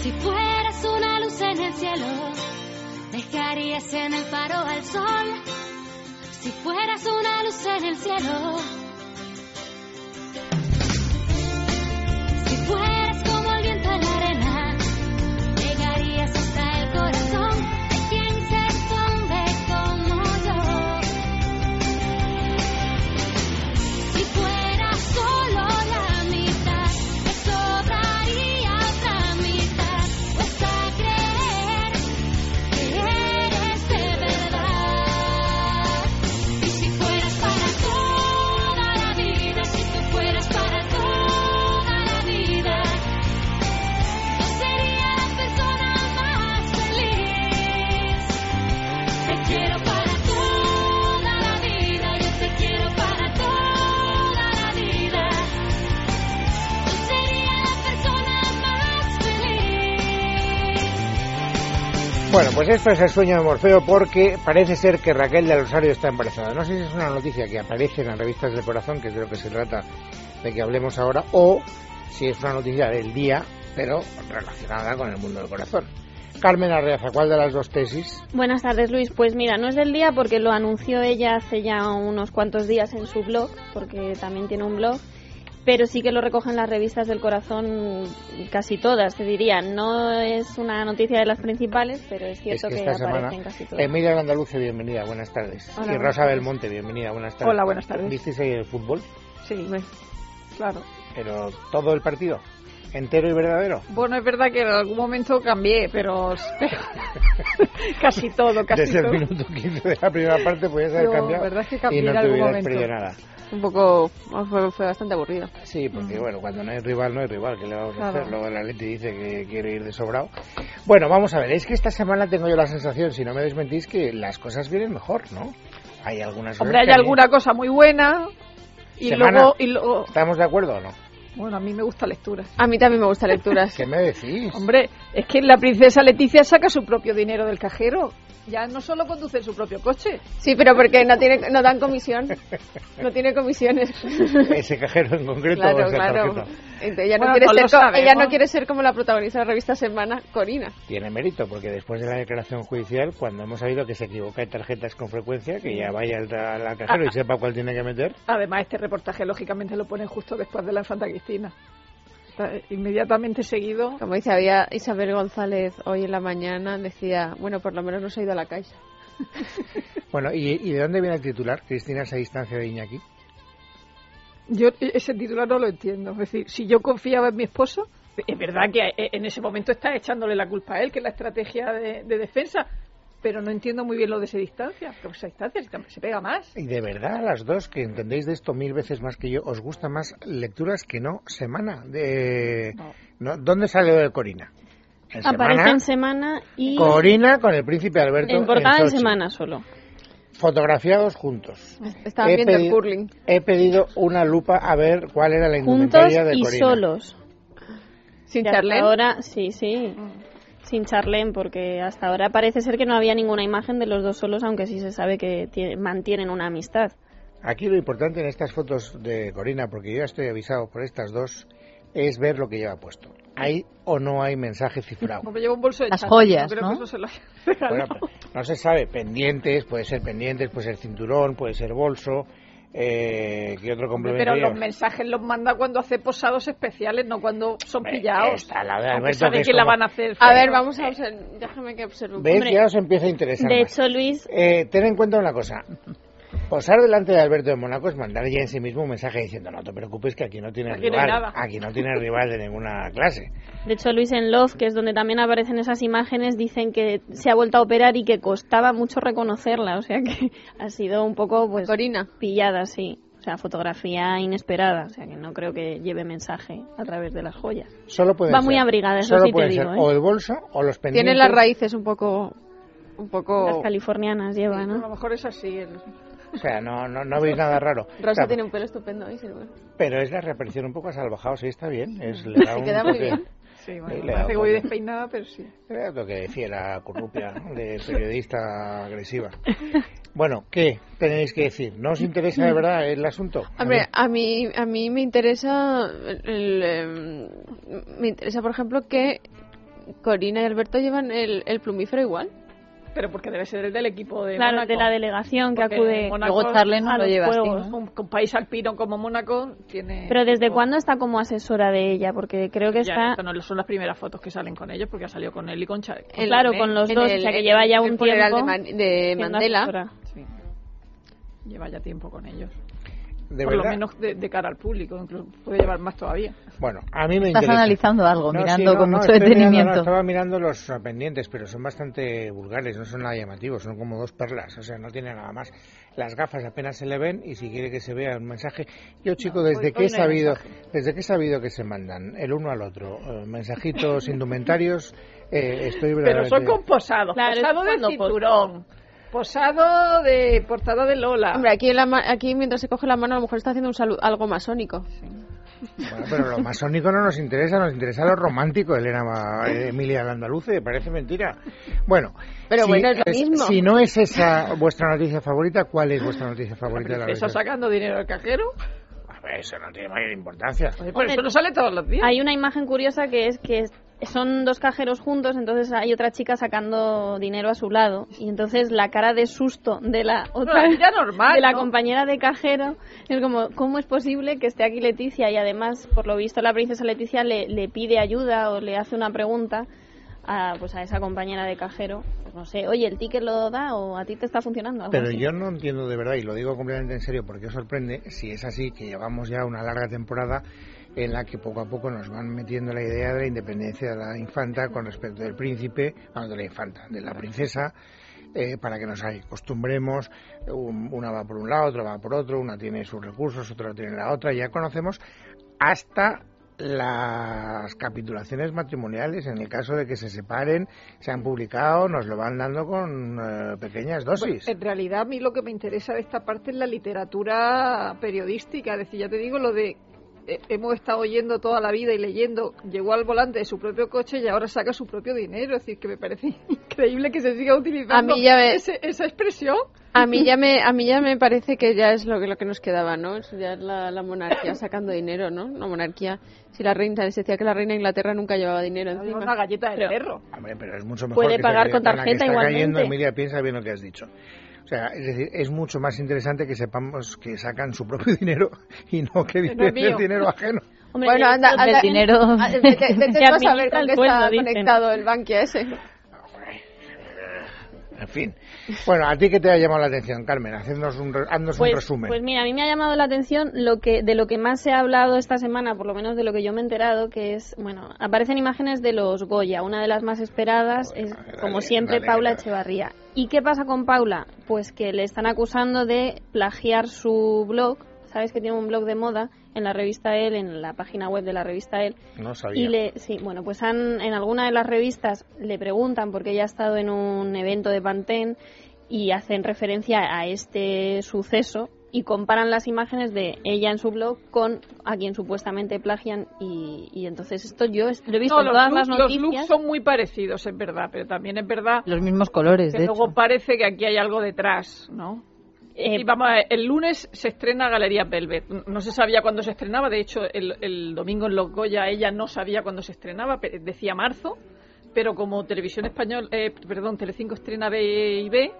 Si fueras una luz en el cielo, dejarías en el paro al sol. Si fueras una luz en el cielo. Si fueras como el viento en la arena, llegarías hasta el corazón de quien se esconde como yo. Si fuera solo la mitad, me sobraría otra mitad. Cuesta creer que eres de verdad. Y si fueras para toda la vida, si tú fueras para toda la vida, yo sería la persona más feliz. Te quiero para toda la vida, yo te quiero para toda la vida. Yo sería la persona más feliz. Bueno, pues esto es el sueño de Morfeo porque parece ser que Raquel del Rosario está embarazada. No sé si es una noticia que aparece en las revistas del corazón, que creo que se trata de que hablemos ahora, o si es una noticia del día, pero relacionada con el mundo del corazón. Carmen Arreaza, ¿cuál de las dos tesis? Buenas tardes, Luis. Pues mira, no es del día porque lo anunció ella hace ya unos cuantos días en su blog, porque también tiene un blog, pero sí que lo recogen las revistas del corazón casi todas, te diría. No es una noticia de las principales, pero es cierto es que, que, esta aparece semana. en casi todas. Emilia Grandaluce, bienvenida, buenas tardes. Hola, y buenas Rosa tardes. Belmonte, bienvenida, buenas tardes. Hola, buenas tardes. ¿Visteis ayer el fútbol? Sí, claro. Pero todo el partido, entero y verdadero. Bueno, es verdad que en algún momento cambié, pero casi todo, casi Desde el todo. minuto 15 de la primera parte podías haber Yo, cambiado verdad es que y cambié no en te algún hubieras momento. perdido nada. Un poco, fue, fue bastante aburrido. Sí, porque bueno, cuando no hay rival, no hay rival, que le vamos a Mm. Claro. hacer? Luego el Atleti dice que quiere ir de sobrado. Bueno, vamos a ver, es que esta semana tengo yo la sensación, si no me desmentís, que las cosas vienen mejor, ¿no? Hay algunas Hombre, cosas hay que a mí- alguna cosa muy buena y Semana. luego, y luego... ¿Estamos de acuerdo o no? Bueno, a mí me gusta lectura. A mí también me gustan lecturas. ¿Qué me decís? Hombre, es que la princesa Leticia saca su propio dinero del cajero. Ya no solo conduce su propio coche. Sí, pero porque no tiene, no dan comisión. No tiene comisiones. Ese cajero en concreto. o Claro, esa claro. tarjeta. Entonces, ella, Bueno, no quiere no lo pues ser co- ella sabemos. no quiere ser como la protagonista de la revista Semana, Corina. Tiene mérito, porque después de la declaración judicial, cuando hemos sabido que se equivoca en tarjetas con frecuencia, que ya vaya al ta- al cajero y sepa cuál tiene que meter, Además, este reportaje, lógicamente, lo ponen justo después de la infanta Cristina. Está eh, Inmediatamente seguido. Como dice, había Isabel González hoy en la mañana, decía, bueno, por lo menos no se ha ido a la calle. Bueno, ¿y, y de dónde viene el titular? Cristina se distancia de Iñaki. Yo e, ese titular no lo entiendo. Es decir, si yo confiaba en mi esposo, es verdad que eh, en ese momento está echándole la culpa a él, que es la estrategia de, de defensa, pero no entiendo muy bien lo de esa distancia. Pero esa distancia si también se pega más. Y de verdad, las dos que entendéis de esto mil veces más que yo, os gusta más lecturas que no semana. De... No. No, ¿Dónde sale lo de Corina? En Aparece semana. en semana y Corina con el príncipe Alberto. en portada en Sochi. semana solo. Fotografiados juntos. Estaban viendo el pedido- curling. he pedido una lupa a ver cuál era la Juntos indumentaria de y Corina. solos. Sin Y hasta Charlene. Mm. Ahora, sí, sí. Sin Charlene, porque hasta ahora parece ser que no había ninguna imagen de los dos solos, aunque sí se sabe que tie- mantienen una amistad. Aquí lo importante en estas fotos de Corina, porque yo ya estoy avisado por estas dos, es ver lo que lleva puesto. ¿Hay o no hay mensaje cifrado? Como lleva un bolso de Las chata, joyas, creo ¿no? que eso se lo haya regalado. Bueno, pues, no se sabe, pendientes, puede ser pendientes, puede ser cinturón, puede ser bolso, eh, ¿qué otro complemento Pero los lleva? mensajes los manda cuando hace posados especiales, no cuando son Hombre, pillados. está la de Aunque Alberto, sabe que que, es la como- van a hacer. A ver, vamos a observar. Déjame que observe. un ¿Ves? hombre, ya os empieza a interesar De más. hecho, Luis, Eh, ten en cuenta una cosa. Posar delante de Alberto de Mónaco es mandar ya en sí mismo un mensaje diciendo no te preocupes que aquí no tienes Aquí no hay rival, nada". aquí no tienes rival de ninguna clase. de hecho Luis en Love, que es donde también aparecen esas imágenes, dicen que se ha vuelto a operar y que costaba mucho reconocerla, o sea que ha sido un poco pues Corina. pillada, sí. O sea, fotografía inesperada, o sea que no creo que lleve mensaje a través de las joyas. Solo puede Va ser, muy abrigada, eso solo sí te pueden digo, ser ¿eh? o el bolso o los pendientes. Tiene las raíces un poco. Un poco. Las californianas lleva, A ¿no? lo mejor es así. el- O sea, no, no, no veis nada raro. Rosa O sea, tiene un pelo estupendo hoy, seguro. Pero es la reaparición un poco asalvajado, sí, está bien. Es, le da Se un queda muy toque- bien. Sí, bueno, Ahí le parece que hago. voy despeinada, pero sí. Era lo que decía la corrupia de periodista agresiva. Bueno, ¿qué tenéis que decir? ¿No os interesa de verdad el asunto? A Hombre, mí- a mí, a mí me interesa, el- el, em, me interesa, por ejemplo, que Corina y Alberto llevan el, el plumífero igual. Pero porque debe ser el del equipo de Claro, Mónaco. de la delegación que Porque acude. Mónaco Luego Charles a no lo los lleva así, juegos. ¿no? un, un país alpino como Mónaco tiene... Pero ¿desde cuándo está como asesora de ella? Porque creo que Ya, está... esto no son las primeras fotos que salen con ellos porque ha salido con él y con Charles. En- Claro, con los en dos, el- o sea, que en lleva ya el un funeral tiempo de, Man- de siendo Mandela. asesora. Sí. Lleva ya tiempo con ellos. de Por lo verdad. menos de, de cara al público, incluso puede llevar más todavía. Bueno, a mí me Estás interesa. analizando algo, No, mirando sí, no, con no, mucho estoy mirando, no, detenimiento. estaba mirando los pendientes, pero son bastante vulgares, no son nada llamativos, son como dos perlas, o sea, no tiene nada más. Las gafas apenas se le ven y si quiere que se vea un mensaje, yo chico, desde hoy- que hoy he no hay sabido, desde que he sabido que se mandan el uno al otro eh, mensajitos indumentarios, eh, estoy Pero son verdaderamente- con posados. Claro, posado de cuando pos- cinturón. Posado de portada de Lola. Hombre, aquí, en la ma- aquí mientras se coge la mano, a lo mejor está haciendo un saludo, algo masónico. Bueno, pero lo masónico no nos interesa, nos interesa lo romántico, Elena Ma- eh, Emilia Landaluce, parece mentira. Bueno, Pero bueno, es lo mismo. si no es esa vuestra noticia favorita, ¿cuál es vuestra noticia favorita de la Eso revista? sacando dinero del cajero. A ver, eso no tiene mayor importancia. Oye, pero Hombre, eso no sale todos los días. Hay una imagen curiosa que es que son dos cajeros juntos, entonces hay otra chica sacando dinero a su lado y entonces la cara de susto de la otra vida normal, de la ¿no? compañera de cajero es como cómo es posible que esté aquí Leticia y además por lo visto la princesa Leticia le, le pide ayuda o le hace una pregunta a, pues a esa compañera de cajero, Pues no sé, oye, el ticket lo da o a ti te está funcionando. Algo Pero así. yo no entiendo de verdad, y lo digo completamente en serio porque os sorprende, si es así, que llevamos ya una larga temporada en la que poco a poco nos van metiendo la idea de la independencia de la infanta con respecto del príncipe, bueno, de la infanta, de la princesa, eh, para que nos acostumbremos, un- una va por un lado, otra va por otro, una tiene sus recursos, otra tiene la otra, ya conocemos hasta las capitulaciones matrimoniales en el caso de que se separen, se han publicado, nos lo van dando con eh, pequeñas dosis. En realidad a mí lo que me interesa de esta parte es la literatura periodística. Es decir, ya te digo lo de eh, hemos estado oyendo toda la vida y leyendo, llegó al volante de su propio coche y ahora saca su propio dinero. Es decir, que me parece increíble que se siga utilizando A mí ya me- ese- esa expresión. A mí ya me, a mí ya me parece que ya es lo que, lo que nos quedaba, ¿no? Es ya es la, la monarquía sacando dinero, ¿no? La monarquía. Si la reina, se decía que la reina de Inglaterra nunca llevaba dinero Una encima. galleta de perro. Hombre, pero es mucho mejor Puede que pagar se- con la que está tarjeta cayendo, igualmente. Emilia piensa bien lo que has dicho. O sea, es decir, es mucho más interesante que sepamos que sacan su propio dinero y no que no es viene mío. el dinero ajeno. Hombre, Bueno, yo- anda, yo- anda. El dinero. Ah, Vete, vete Se tú a saber administra con el qué sueldo, está dicen. conectado el Bankia ese. En fin. Bueno, a ti que te ha llamado la atención, Carmen, hacednos un, re- haznos un resumen. pues mira, a mí me ha llamado la atención lo que de lo que más se ha hablado esta semana, por lo menos de lo que yo me he enterado, que es, bueno, aparecen imágenes de los Goya. Una de las más esperadas es, dale, como siempre, dale, Paula dale. Echevarría. ¿Y qué pasa con Paula? Pues que le están acusando de plagiar su blog. Sabes que tiene un blog de moda en la revista él, en la página web de la revista él. no sabía. Y le, sí, bueno, pues han, en alguna de las revistas le preguntan porque ella ha estado en un evento de Pantene y hacen referencia a este suceso y comparan las imágenes de ella en su blog con a quien supuestamente plagian y, y entonces esto yo es- lo he visto No, en los, todas looks, las los noticias. looks son muy parecidos, es verdad, pero también es verdad Los mismos colores, que de luego hecho. parece que aquí hay algo detrás, ¿no? Eh, Y vamos a ver, el lunes se estrena Galería Velvet. No se sabía cuándo se estrenaba, de hecho, el, el domingo en Los Goya ella no sabía cuándo se estrenaba, pe- decía marzo, pero como Televisión Español, eh, perdón, Telecinco estrena B y B,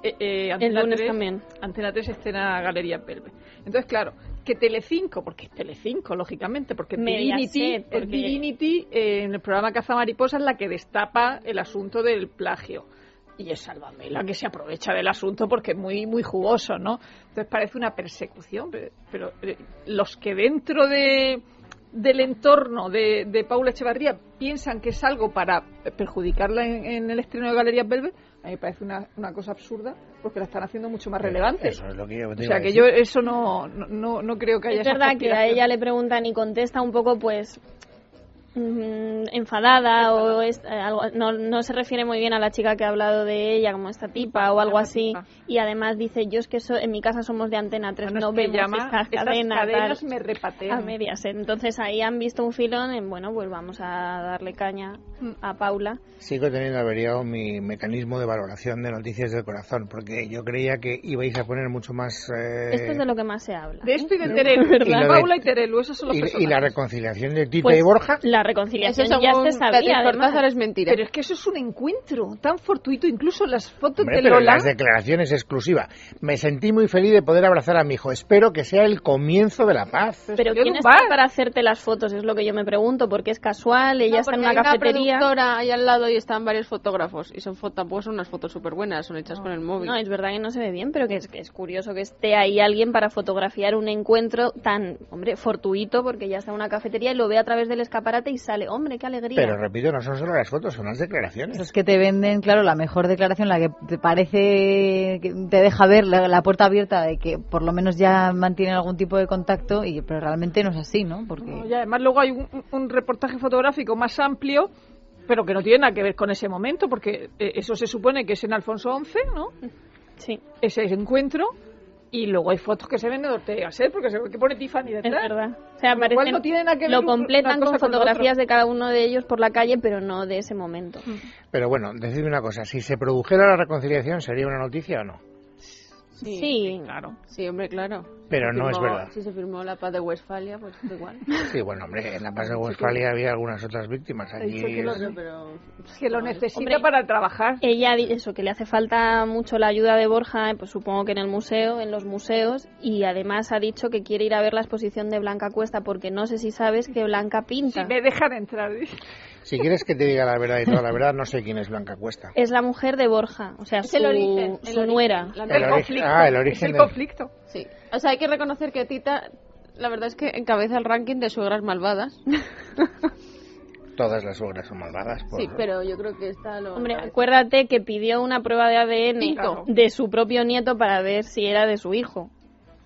eh, eh, Antena lunes 3 también. Antena 3 estrena Galería Velvet. Entonces, claro, que Telecinco, porque es Telecinco, lógicamente, porque es Mediaset, Divinity, es porque- Divinity, eh, en el programa Caza Mariposa es la que destapa el asunto del plagio. Y es Sálvame la que se aprovecha del asunto porque es muy, muy jugoso, ¿no? Entonces parece una persecución, pero, pero, eh, los que dentro de, del entorno de, de Paula Echevarría piensan que es algo para perjudicarla en, en el estreno de Galerías Velvet, a mí me parece una, una cosa absurda porque la están haciendo mucho más relevante. Eso es lo que yo te iba O a sea, que decir. yo eso no, no, no, no creo que haya es esa verdad que a conspiración. ella le preguntan y contesta un poco pues mm, enfadada o es- eh, algo, no, no se refiere muy bien a la chica que ha hablado de ella como esta tipa o algo la así tipa. y además dice yo es que so- en mi casa somos de Antena 3 Bueno, no es que vemos estas cadenas, tal, cadenas me repatean. a medias entonces ahí han visto un filón en bueno pues vamos a darle caña Mm. a Paula Sigo teniendo averiado mi mecanismo de valoración de noticias del corazón, porque yo creía que ibais a poner mucho más... eh, esto es de lo que más se habla De esto y de Terelu. ¿Verdad? Y Paula y Terelu, esos son los y, y personajes. la reconciliación de Tita Pues, y Borja. la Eso reconciliación ya según se Beatriz sabía además. Cortázar es mentira. Pero es que eso es un encuentro tan fortuito, incluso las fotos Hombre, de pero Lola. las declaraciones exclusivas. Me sentí muy feliz de poder abrazar a mi hijo. Espero que sea el comienzo de la paz. Pero Yo en ¿quién un está bar. para hacerte las fotos? Es lo que yo me pregunto, porque es casual, ella No, está en porque una hay cafetería. Una productora ahí al lado y están varios fotógrafos. Y son fotos, tampoco son unas fotos súper buenas, son hechas con el móvil. No, es verdad que no se ve bien, pero que es, que es curioso que esté ahí alguien para fotografiar un encuentro tan, hombre, fortuito, porque ya está en una cafetería y lo ve a través del escaparate y sale, hombre, qué alegría. Pero repito, no son solo las fotos, son las Eso declaraciones. es que te venden, claro, la mejor declaración, la que te parece, que te deja ver la, la puerta abierta de que por lo menos ya mantienen algún tipo de contacto, y pero realmente no es así, ¿no? Porque No, Y además luego hay un, un reportaje fotográfico más amplio, pero que no tiene nada que ver con ese momento, porque eh, eso se supone que es en Alfonso XI, ¿no? sí, Ese encuentro. Y luego hay fotos que se ven de Ortega y Gasset, porque se ve que pone Tiffany es detrás. verdad. O sea, Con lo cual parecen- no tiene nada que ver lo un- una completan cosa con con lo fotografías otro. de cada uno de ellos por la calle, pero no de ese momento. Mm, Pero bueno, decidme una cosa. Si se produjera la reconciliación, ¿sería una noticia o no? Sí, Claro. Sí, hombre, claro. Si Pero se no es firmó- verdad. Si se firmó la paz de Westfalia, pues da igual. Sí, bueno, hombre, en la paz de Westfalia había algunas otras víctimas. Ha dicho Allí que lo- es- Pero... Que lo necesita Hombre. para trabajar. Ella di- eso, que le hace falta mucho la ayuda de Borja, eh, pues supongo que en el museo, en los museos, y además ha dicho que quiere ir a ver la exposición de Blanca Cuesta, porque no sé si sabes que Blanca pinta. Si me dejan entrar. dice. Si quieres que te diga la verdad y toda la verdad, no sé quién es Blanca Cuesta. Es la mujer de Borja, o sea, Es su, el origen. el su origen, nuera. la El nuera. origen. ah, el origen Es el del- conflicto. Sí. O sea, hay que reconocer que Tita, la verdad es que encabeza el ranking de suegras malvadas. Todas las obras son malvadas. por- Sí, pero yo creo que esta lo... Hombre, acuérdate que pidió una prueba de ADN Hijo. de su propio nieto para ver si era de su hijo.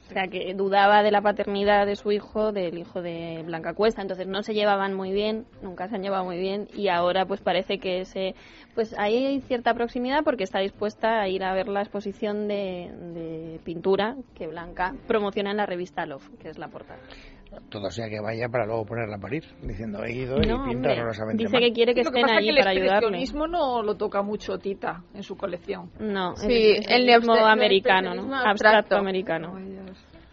O sea, que dudaba de la paternidad de su hijo, del hijo de Blanca Cuesta. Entonces no se llevaban muy bien, nunca se han llevado muy bien. Y ahora pues parece que ese... Pues ahí hay cierta proximidad porque está dispuesta a ir a ver la exposición de, de pintura que Blanca promociona en la revista Love, que es la portada. Todo sea que vaya para luego ponerla a parir, diciendo he ido y No, pinta hombre, horrorosamente dice mal. que quiere que Lo que estén pasa es allí que el para ayudarle. expresionismo no lo toca mucho Tita en su colección. No, Sí, es el el mismo neoabstra- americano, ¿no? neoexpresionismo abstracto. Abstracto americano.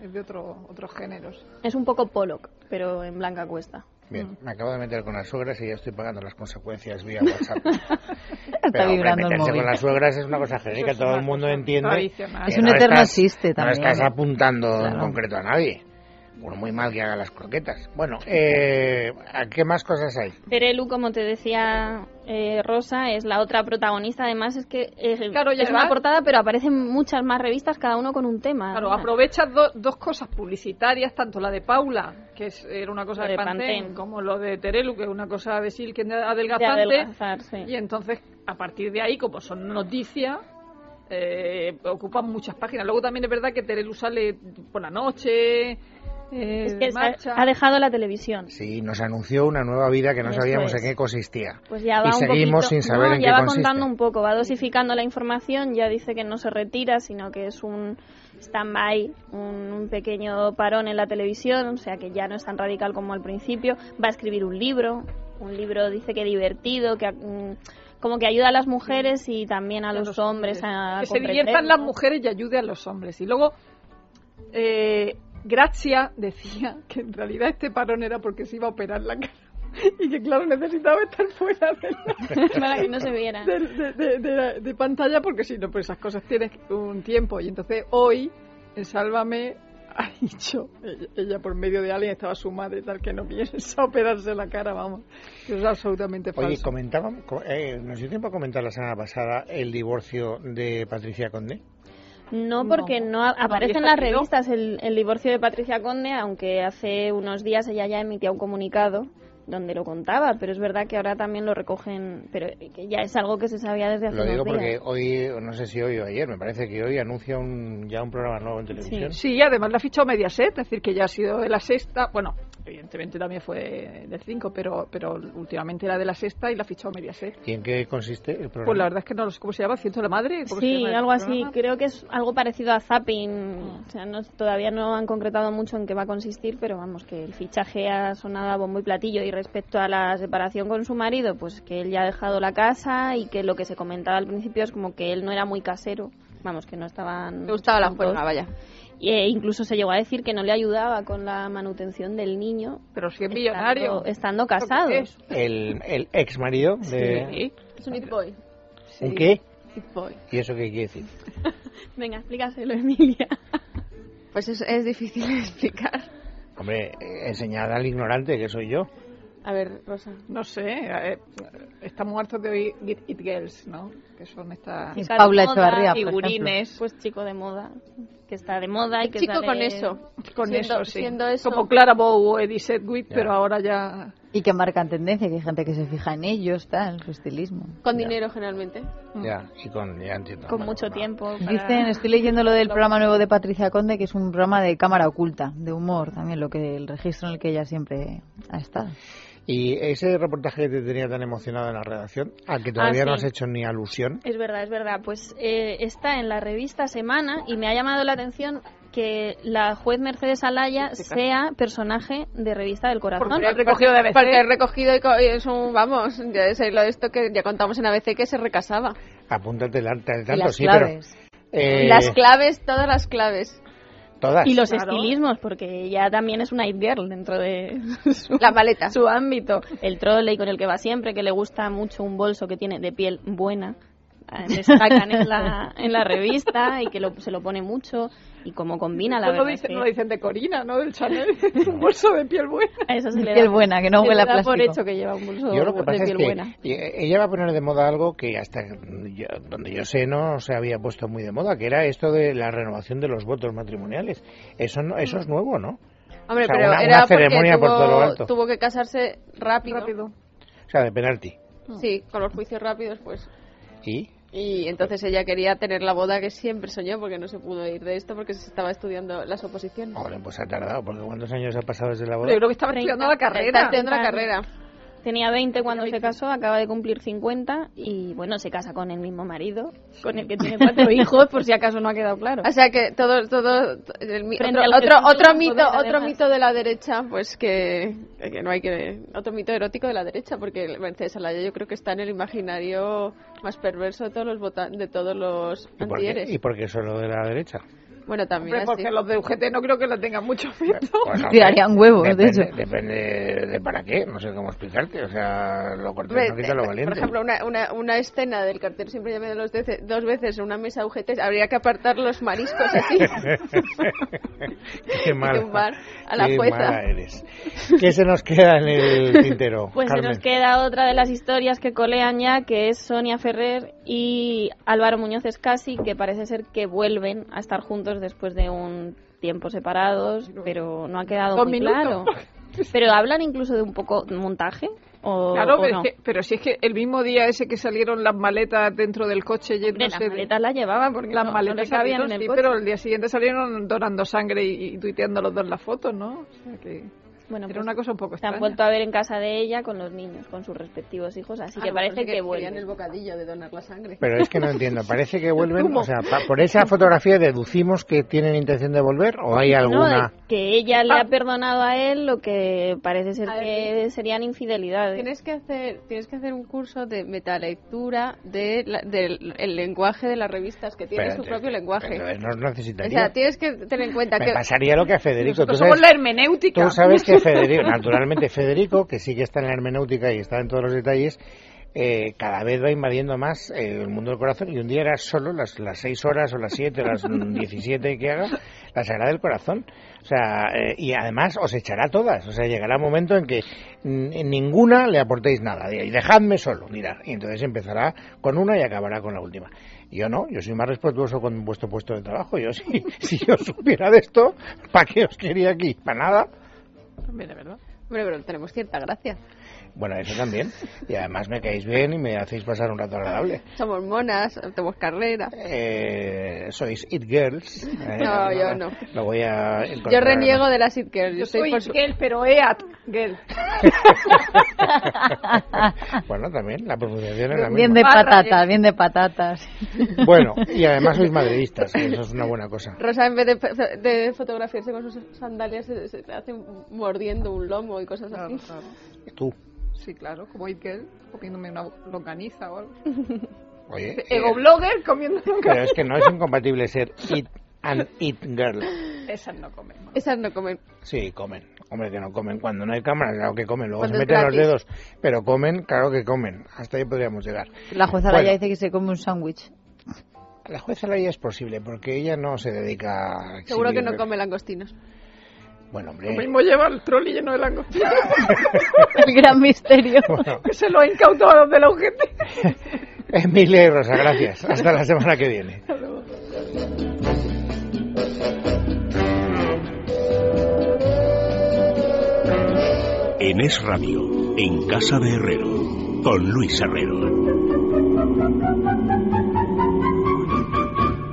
Es de otro, otros géneros. Es un poco Pollock, pero en blanca cuesta. Bien, Mm. me acabo de meter con las suegras y ya estoy pagando las consecuencias vía WhatsApp. Pero, está hombre, vibrando el meterse móvil. con las suegras es una cosa genérica, es todo una el mundo cosa entiende. tradicional. que Es un eterno chiste también, No estás ¿no? apuntando en Claro. concreto a nadie. Por muy mal que haga las croquetas. Bueno, eh, ¿a ¿qué más cosas hay? Terelu, como te decía eh, Rosa, es la otra protagonista. Además, es que eh, Claro, y es una además- portada, pero aparecen muchas más revistas, cada uno con un tema. Claro, además. aprovechas do- dos cosas publicitarias, tanto la de Paula, que es, era una cosa Lo de, de Pantene, Pantene. como lo de Terelu, que es una cosa de Silken de de adelgazante. adelgazar, sí. Y entonces, a partir de ahí, como son noticias, eh, ocupan muchas páginas. Luego también es verdad que Terelu sale por la noche, eh, Es de que se ha- marcha. ha dejado la televisión. Sí, nos anunció una nueva vida que no Eso sabíamos es. en qué consistía. Pues ya va y un seguimos poquito- sin saber no, en ya qué va consiste. contando un poco, va dosificando la información, ya dice que no se retira, sino que es un stand-by, un, un pequeño parón en la televisión, o sea que ya no es tan radical como al principio. Va a escribir un libro, un libro dice que divertido, que mm, como que ayuda a las mujeres y también a los, hombres a que se comprender, diviertan las ¿no? mujeres y ayude a los hombres. Y luego, eh, Gracia decía que en realidad este parón era porque se iba a operar la cara. Y que, claro, necesitaba estar fuera de, la- para que no se vieran. de- de- de- de la- de pantalla porque si no, pues esas cosas tienes un tiempo. Y entonces hoy, en Sálvame, ha dicho, ella, ella por medio de alguien estaba su madre tal que no piensa operarse la cara, vamos. Eso es absolutamente falso. Oye, comentábamos, co- eh, nos dio tiempo a comentar la semana pasada el divorcio de Patricia Conde. No, porque no, a- aparece en había las salido. revistas el, el divorcio de Patricia Conde, aunque hace unos días ella ya emitía un comunicado donde lo contaba, pero es verdad que ahora también lo recogen, pero que ya es algo que se sabía desde hace Lo digo unos porque días. hoy, no sé si hoy o ayer, me parece que hoy anuncia un, ya un programa nuevo en televisión. Sí, además la ha fichado Mediaset, es decir, que ya ha sido de la sexta, bueno, evidentemente también fue del 5, pero, pero últimamente era de la sexta y la fichó Mediaset. ¿Y en qué consiste el programa? Pues la verdad es que no lo sé cómo se llama, ¿Ciento de la Madre? ¿Cómo se Sí, llama el algo así. programa? Creo que es algo parecido a Zapping. O sea, no, todavía no han concretado mucho en qué va a consistir, pero vamos, que el fichaje ha sonado a bombo y platillo. Y respecto a la separación con su marido, pues que él ya ha dejado la casa y que lo que se comentaba al principio es como que él no era muy casero. Vamos, que no estaban. Me gustaba la juntos. juerga, vaya. E incluso se llegó a decir que no le ayudaba con la manutención del niño. Pero si es estando- millonario. Estando, ¿Esto qué casados. es? El, el ex marido de... Sí. Es un it boy. ¿Un qué? It boy. ¿Y eso qué quiere decir? Venga, explícaselo, Emilia. Pues es, es difícil de explicar. Hombre, eh, enseñad al ignorante que soy yo. A ver, Rosa. No sé, eh, estamos hartos de oír Get It Girls, ¿no? Que son estas Es Chica de Paula moda, Echevarría, por ejemplo. figurines. Pues chico de moda. Que está de moda y que Chico sale- con eso. Con Siendo- eso, sí. siendo eso. Como Clara Bow o Eddie Sedgwick, Ya. pero ahora ya... Y que marcan tendencia, que hay gente que se fija en ellos, tal, su estilismo. Con Ya. dinero, generalmente. Ya, y con... Ya entiendo. Mm. Con Bueno, mucho va. tiempo. para- Dicen, estoy leyendo lo del programa nuevo de Patricia Conde, que es un programa de cámara oculta, de humor, también lo que el registro en el que ella siempre ha estado. Y ese reportaje que te tenía tan emocionado en la redacción, al que todavía Ah, no has sí. hecho ni alusión, Es verdad, es verdad. Pues eh, está en la revista Semana y me ha llamado la atención que la juez Mercedes Alaya sea personaje de Revista del Corazón. Porque has recogido de ABC. Porque he recogido y co- y es un, vamos, ya es lo de esto que ya contamos en ABC que se recasaba. apúntate el arte del Y tanto, las sí, claves. pero... eh, Las claves, todas las claves. todas. Y los Claro. estilismos, porque ella también es una it girl dentro de su, La maleta. Pues su ámbito. El trolley con el que va siempre, que le gusta mucho un bolso que tiene de piel buena. eh, Destacan en la, en la revista y que lo- se lo pone mucho y cómo combina la Pues no, verdad es dicen, que no dicen de Corina, ¿no? Del Chanel, un bolso de piel buena. a eso se De le piel da- buena, que no se huele le a da por plástico. hecho que lleva un bolso Yo lo que de pasa es piel que buena. eh, ella va a poner de moda algo que hasta yo- donde yo sé no se había puesto muy de moda, que era esto de la renovación de los votos matrimoniales. Eso no, eso es nuevo, ¿no? Hombre, O sea, pero una- era una porque ceremonia por tuvo, todo lo alto. tuvo que casarse rápido. Mm. Rápido. O sea, de penalti. Sí, con los juicios rápidos, pues. ¿Y? Y entonces ella quería tener la boda que siempre soñó porque no se pudo ir de esto porque se estaba estudiando las oposiciones. Joder, pues ha tardado, porque ¿cuántos años ha pasado desde la Yo boda? creo que estaba estudiando la Está carrera. estudiando la Claro. carrera. Tenía 20 cuando se casó, acaba de cumplir 50 y bueno, se casa con el mismo marido, con el que tiene cuatro hijos, por si acaso no ha quedado claro. O sea que todo, todo el mi- Frente a otro, lo que otro, son otro los mito, poderes, otro además. mito de la derecha, pues que, que no hay que otro mito erótico de la derecha, porque Mercedes Alaya yo creo que está en el imaginario más perverso de todos los vota- de todos los ¿Y por, qué, antieres. ¿Y por qué solo de la derecha? Bueno, también Hombre, porque así. los de UGT no creo que la tengan mucho afecto. Bueno, Tirarían huevos, de Pues, depende, hecho. Depende de para qué, no sé cómo explicarte. O sea, lo cortés Hombre, eh, no quita lo por valiente. ejemplo, una, una, una escena del cartero siempre llame dos veces, dos veces en una mesa UGT, habría que apartar los mariscos así. qué mala, tumbar a la qué jueza. mala eres. ¿Qué se nos queda en el tintero, Pues se Carmen? nos queda otra de las historias que colean ya, que es Sonia Ferrer y Álvaro Muñoz Escasi, que parece ser que vuelven a estar juntos después de un tiempo separados, pero no ha quedado Dos muy minutos. claro. Pero hablan incluso de un poco montaje o, Claro, o pero, no. es que- pero si es que el mismo día ese que salieron las maletas dentro del coche Hombre, yéndose... las de- maletas las llevaban porque las no, no maletas le cabían en salieron, el sí, coche. pero el día siguiente salieron donando sangre y, y tuiteando los dos las fotos, ¿no? O sea que Bueno, era pues- una cosa un poco Se han extraña. vuelto a ver en casa de ella con los niños, con sus respectivos hijos, así Ah, que no, parece porque que, querían el vuelven. bocadillo de donar la sangre. Pero es que no entiendo. Parece que vuelven. O sea, pa- por esa fotografía deducimos que tienen intención de volver o hay No, eh, alguna. que ella le Ah. ha perdonado a él lo que parece ser A ver, que serían infidelidades. Tienes que hacer, tienes que hacer un curso de metalectura de la- del el lenguaje de las revistas que tiene su Espérate, propio lenguaje. entonces No O necesitaría. sea, tienes que tener en cuenta Me que pasaría lo que a Federico. Tú Nosotros somos sabes, la hermenéutica. tú sabes que Federico, naturalmente Federico, que sí que está en la hermenéutica y está en todos los detalles, eh, cada vez va invadiendo más eh, el mundo del corazón. Y un día era solo las, las 6 horas o las 7 o las mm, 17 que haga, la Sagrada del Corazón. O sea, eh, y además os echará todas. O sea, llegará un momento en que mm, en ninguna le aportéis nada. Y dejadme solo, mirad. Y entonces empezará con una y acabará con la última. Yo no, yo soy más respetuoso con vuestro puesto de trabajo. Yo sí, si yo supiera de esto, ¿para qué os quería aquí? ¿Para nada? Mira, ¿verdad? Hombre, pero tenemos cierta gracia. Bueno, eso también. Y además me caéis bien y me hacéis pasar un rato agradable. Somos monas, tenemos carrera. Eh, sois It Girls. Eh, No, yo no. Lo voy a Yo incorporar. reniego de las it girls. Yo Yo estoy soy por su- Miguel, pero EAT. Girl. bueno, también, la pronunciación es la Bien misma. de Barra, patatas, eh. bien de patatas. Bueno, y además sois madridistas, que eso es una buena cosa. Rosa, en vez de, de fotografiarse con sus sandalias, se, se hace mordiendo un lomo y cosas Claro, así. claro. Tú, Sí, claro, como It Girl, comiéndome una longaniza o algo. oye. eh, Ego blogger comiendo pero longaniza. es que no es incompatible ser it and it girl. Esas no comen. ¿no? Esas no comen. Sí, comen. Hombre, que no comen. Cuando no hay cámara, claro que comen. Luego Cuando se es meten los gratis. dedos. Pero comen, claro que comen. Hasta ahí podríamos llegar. La jueza Bueno. ya dice que se come un sándwich. La jueza Laia es posible, porque ella no se dedica a... exhibir- Seguro que no come langostinos. Bueno, hombre. Lo mismo lleva el trolley lleno de langostinos El gran misterio. Bueno, que se lo ha incautado a los de la UGT. Emilia y Rosa, gracias. Hasta la semana que viene. En Es Radio, en Casa de Herrero, con Luis Herrero.